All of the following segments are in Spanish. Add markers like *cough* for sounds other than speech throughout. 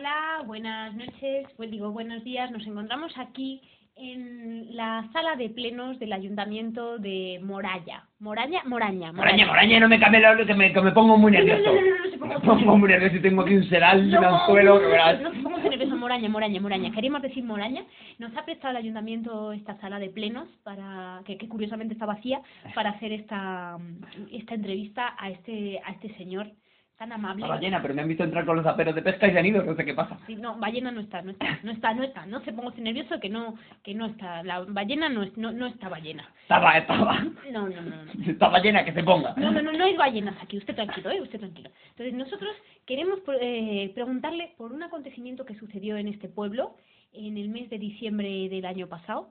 Hola, buenas noches, pues digo buenos días. Nos encontramos aquí en la sala de plenos del Ayuntamiento de Moralla. Moralla, Moraña, Moraña, Moraña, no me cambie la hora que me, que me pongo muy nervioso. *laughs* No, no, no, no, no se ponga me pongo muy nervioso y tengo aquí un seral, un anzuelo, que verás. No, no, no, no, nervioso, Moraña, Moraña, Moraña. Queríamos decir Moraña. Nos ha prestado el ayuntamiento esta sala de plenos, para que, que curiosamente está vacía, para hacer esta, esta entrevista a este, a este señor tan amable. Está ballena, pero me han visto entrar con los zaperos de pesca y se han ido, no sé qué pasa. Sí, no, ballena no está, no está, no está, no está. No se ponga usted nervioso que no, que no está. La ballena no, es, no, no está ballena. Estaba, estaba. *laughs* No, no, no, no. Estaba llena, que se ponga. No, no, no, no hay ballenas aquí, usted tranquilo, ¿eh? Usted tranquilo. Entonces, nosotros queremos eh, preguntarle por un acontecimiento que sucedió en este pueblo en el mes de diciembre del año pasado.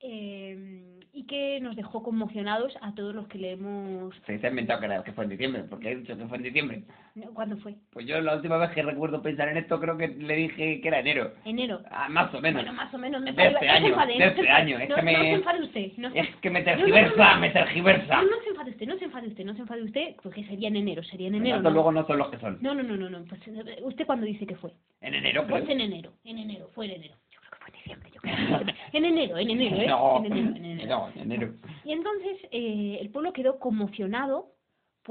Eh, y que nos dejó conmocionados a todos los que le hemos... Se, se ha inventado que, era- que fue en diciembre, porque he dicho que fue en diciembre. No, ¿Cuándo fue? Pues yo la última vez que recuerdo pensar en esto creo que le dije que era enero. Enero. Ah, más o menos. Bueno, más o menos. Me De este no se año, enfade, de no se este enfade. año, es No, que me- no se enfade usted. No se- Es que me No, no, no, tergiversa, no. me tergiversa. No, no se enfade usted, no se enfade usted, no se enfade usted, porque sería en enero, sería en Por enero. tanto, ¿no? luego no son los que son. No, no, no, no, no. Pues, eh, ¿Usted cuándo dice que fue? En enero, creo. Pues en enero, en enero, fue en enero. Yo creo que fue en diciembre, yo creo que fue en diciembre. *laughs* En enero, en enero, ¿eh? No, En enero, en enero. no, en enero. Y entonces eh, el pueblo quedó conmocionado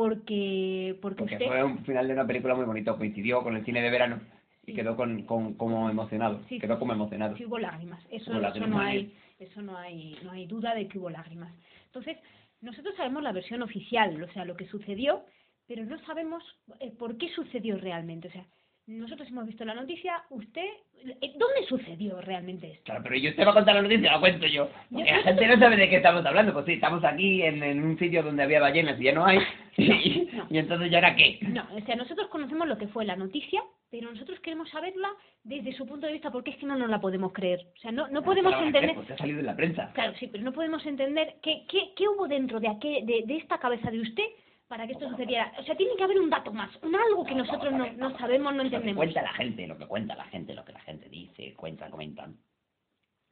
porque, porque, Porque usted... fue un final de una película muy bonito, coincidió con el cine de verano y Sí. quedó con, con, como emocionado. Sí, quedó sí, como emocionado. Sí hubo lágrimas, eso, Hubo eso lágrimas, no sí. hay, eso no hay, no hay duda de que hubo lágrimas. Entonces, nosotros sabemos la versión oficial, o sea, lo que sucedió, pero no sabemos eh, por qué sucedió realmente. O sea, nosotros hemos visto la noticia, usted, eh, ¿dónde sucedió realmente esto? Claro, pero yo te voy a contar la noticia, la cuento yo. Porque Yo- la gente no sabe de qué estamos hablando. Pues sí, estamos aquí en, en un sitio donde había ballenas y ya no hay. *laughs* Y, no. y entonces, ¿y ahora qué? No, o sea, nosotros conocemos lo que fue la noticia, pero nosotros queremos saberla desde su punto de vista, porque es que no nos la podemos creer. O sea, no, no podemos Ahora, entender... Pues ha salido en la prensa. Claro, sí, pero no podemos entender qué, qué, qué hubo dentro de, aquel, de, de esta cabeza de usted para que esto sucediera. O sea, tiene que haber un dato más, un algo que Vamos nosotros a no, ver, no vamos a ver. sabemos, no Lo que entendemos. cuenta la gente, lo que cuenta la gente, lo que la gente dice, cuenta, comentan.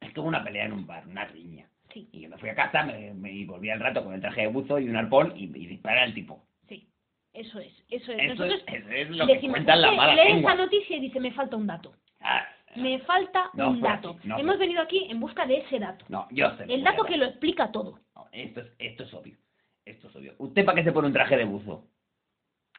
Es que hubo una pelea en un bar, una riña. Sí, Y yo me fui a casa me, me- y volví al rato con el traje de buzo y un arpón y, y disparé al tipo. sí, eso es, eso es. Eso nosotros es, eso es lo que decimos, cuentan las "Usted malas lee esa lenguas. noticia y dice, me falta un dato, Ah, me falta No un fue dato. así, no Hemos fue. venido aquí en busca de ese dato, no, yo sé. el dato que lo explica todo. No, esto, es, esto es obvio. Esto es obvio. ¿Usted para qué se pone un traje de buzo?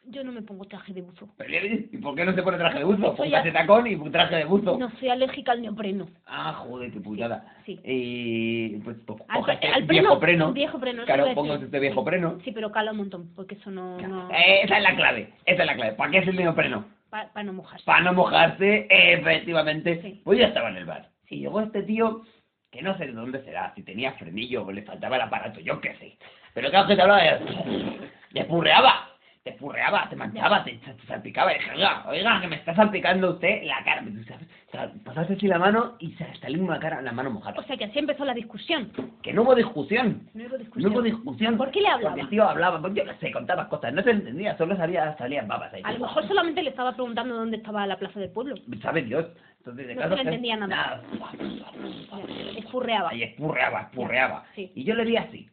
Yo no me pongo traje de buzo. Pero, ¿Y por qué no se pone traje de buzo? Soy Póngase tacón y un traje de buzo. No soy alérgica al neopreno. Ah, joder, qué putada. sí. Y pues po- Al, póngase pre- al Eh, un preno, viejo preno. Viejo preno. eso iba Claro, a decir. póngase este viejo Sí, preno. Sí, pero cala un montón, porque eso no... no... Eh, esa es la clave, esa es la clave. ¿Para qué es el neopreno? Para no mojarse. Para no mojarse, efectivamente. Sí. Pues yo estaba en el bar. Y llegó este tío, que no sé de dónde será, si tenía frenillo o le faltaba el aparato, yo qué sé. Pero cada vez que te hablaba, de- te espurreaba, te espurreaba, te manchaba, te, te- te salpicaba. Y dije, oiga, oiga, que me está salpicando usted la cara. O sea, Pasaste así la mano y se salió una cara, la mano mojada. O sea que así empezó la discusión. Que no hubo discusión. No hubo discusión. No hubo discusión. ¿Por qué le hablaba? Porque el tío hablaba, porque yo qué sé, contaba cosas, no se entendía, solo salía, salían babas ahí. A lo mejor solamente le estaba preguntando dónde estaba la plaza del pueblo. Sabe Dios. Entonces, de No cada se le vez- entendía nada. Ah, Escurreaba. Ahí espurreaba, espurreaba. Sí. Y yo le vi así,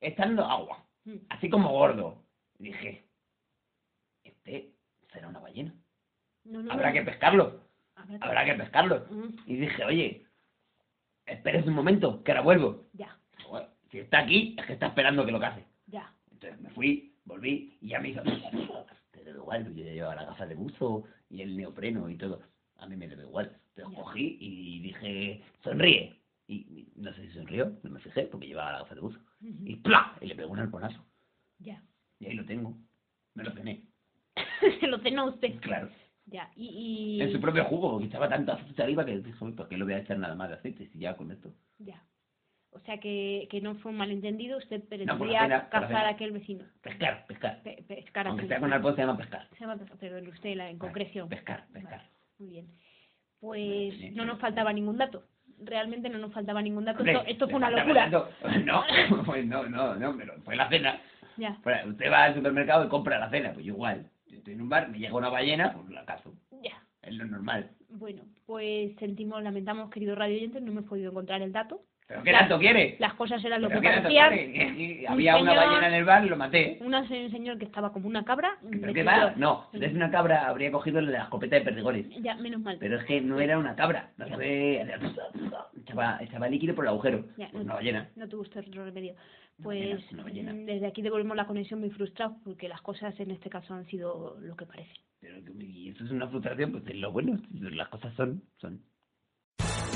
echando agua, Mm. así como gordo. Y dije, este será una ballena. No, no, Habrá no. que pescarlo, Habrá que- habrá que pescarlo. Mm, Y dije, oye, espérese un momento, que ahora vuelvo. Ya, Joder, Si está aquí, es que está esperando que lo case. ya. Entonces me fui, volví y ya me hizo. Te debo igual, porque yo ya llevaba la gafa de buzo y el neopreno y todo. A mí me debe igual. Entonces Ya. cogí y dije, sonríe. Y y no sé si sonrió, no me fijé porque llevaba la gafa de buzo. Ujú, Y ¡plá! Y le pegó un arponazo. Ya. *laughs* Y ahí lo tengo. Me lo cené. Se lo cenó usted. Claro. Ya. Y. y- En su propio jugo, porque estaba tanta saliva que dijo, ¿por qué lo voy a echar nada más de aceite si ya con esto? Ya. O sea que, que no fue un malentendido, usted No, por la pretendía cena, por la cazar a cena. aquel vecino. Pescar, pescar. Pe- pescar a Aunque su- sea con arpón se llama pescar. Se llama pesca- pero el usted la en concreción. Pescar, pescar. Vale, muy bien. Pues Vale, no sí. nos faltaba ningún dato. Realmente no nos faltaba ningún dato. Hombre, Esto, esto fue una le falta locura. tanto. No, *laughs* pues no, no, no, pero fue la cena. Ya, Fuera, Usted va al supermercado y compra la cena, pues yo igual. Yo estoy en un bar, me llega una ballena, pues la cazo. ya. Es lo normal. Bueno, pues sentimos, lamentamos, querido radio oyente, no hemos podido encontrar el dato. ¿Pero qué tanto quiere? Las cosas eran lo ¿Pero que qué tanto parecían. quiere? ¿eh? Y- y Un Había una señor- ballena en el bar y lo maté. Una, un señor que estaba como una cabra. ¿Pero qué decidió- va? No, si es una cabra habría cogido la escopeta de perdigones. Ya, menos mal. Pero es que no era una cabra. No fue... Echaba, echaba líquido por el agujero. Ya, Pues una ballena. No tuvo usted otro remedio. Una Pues ballena, una ballena. mm, desde aquí devolvemos la conexión muy frustrados porque las cosas en este caso han sido lo que parecen. Pero que- y eso es una frustración, pues es lo bueno. Las cosas son, son.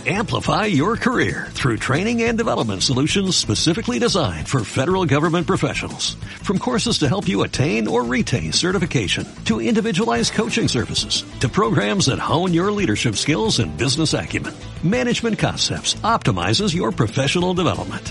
Amplify your career through training and development solutions specifically designed for federal government professionals. From courses to help you attain or retain certification, to individualized coaching services, to programs that hone your leadership skills and business acumen, Management Concepts optimizes your professional development.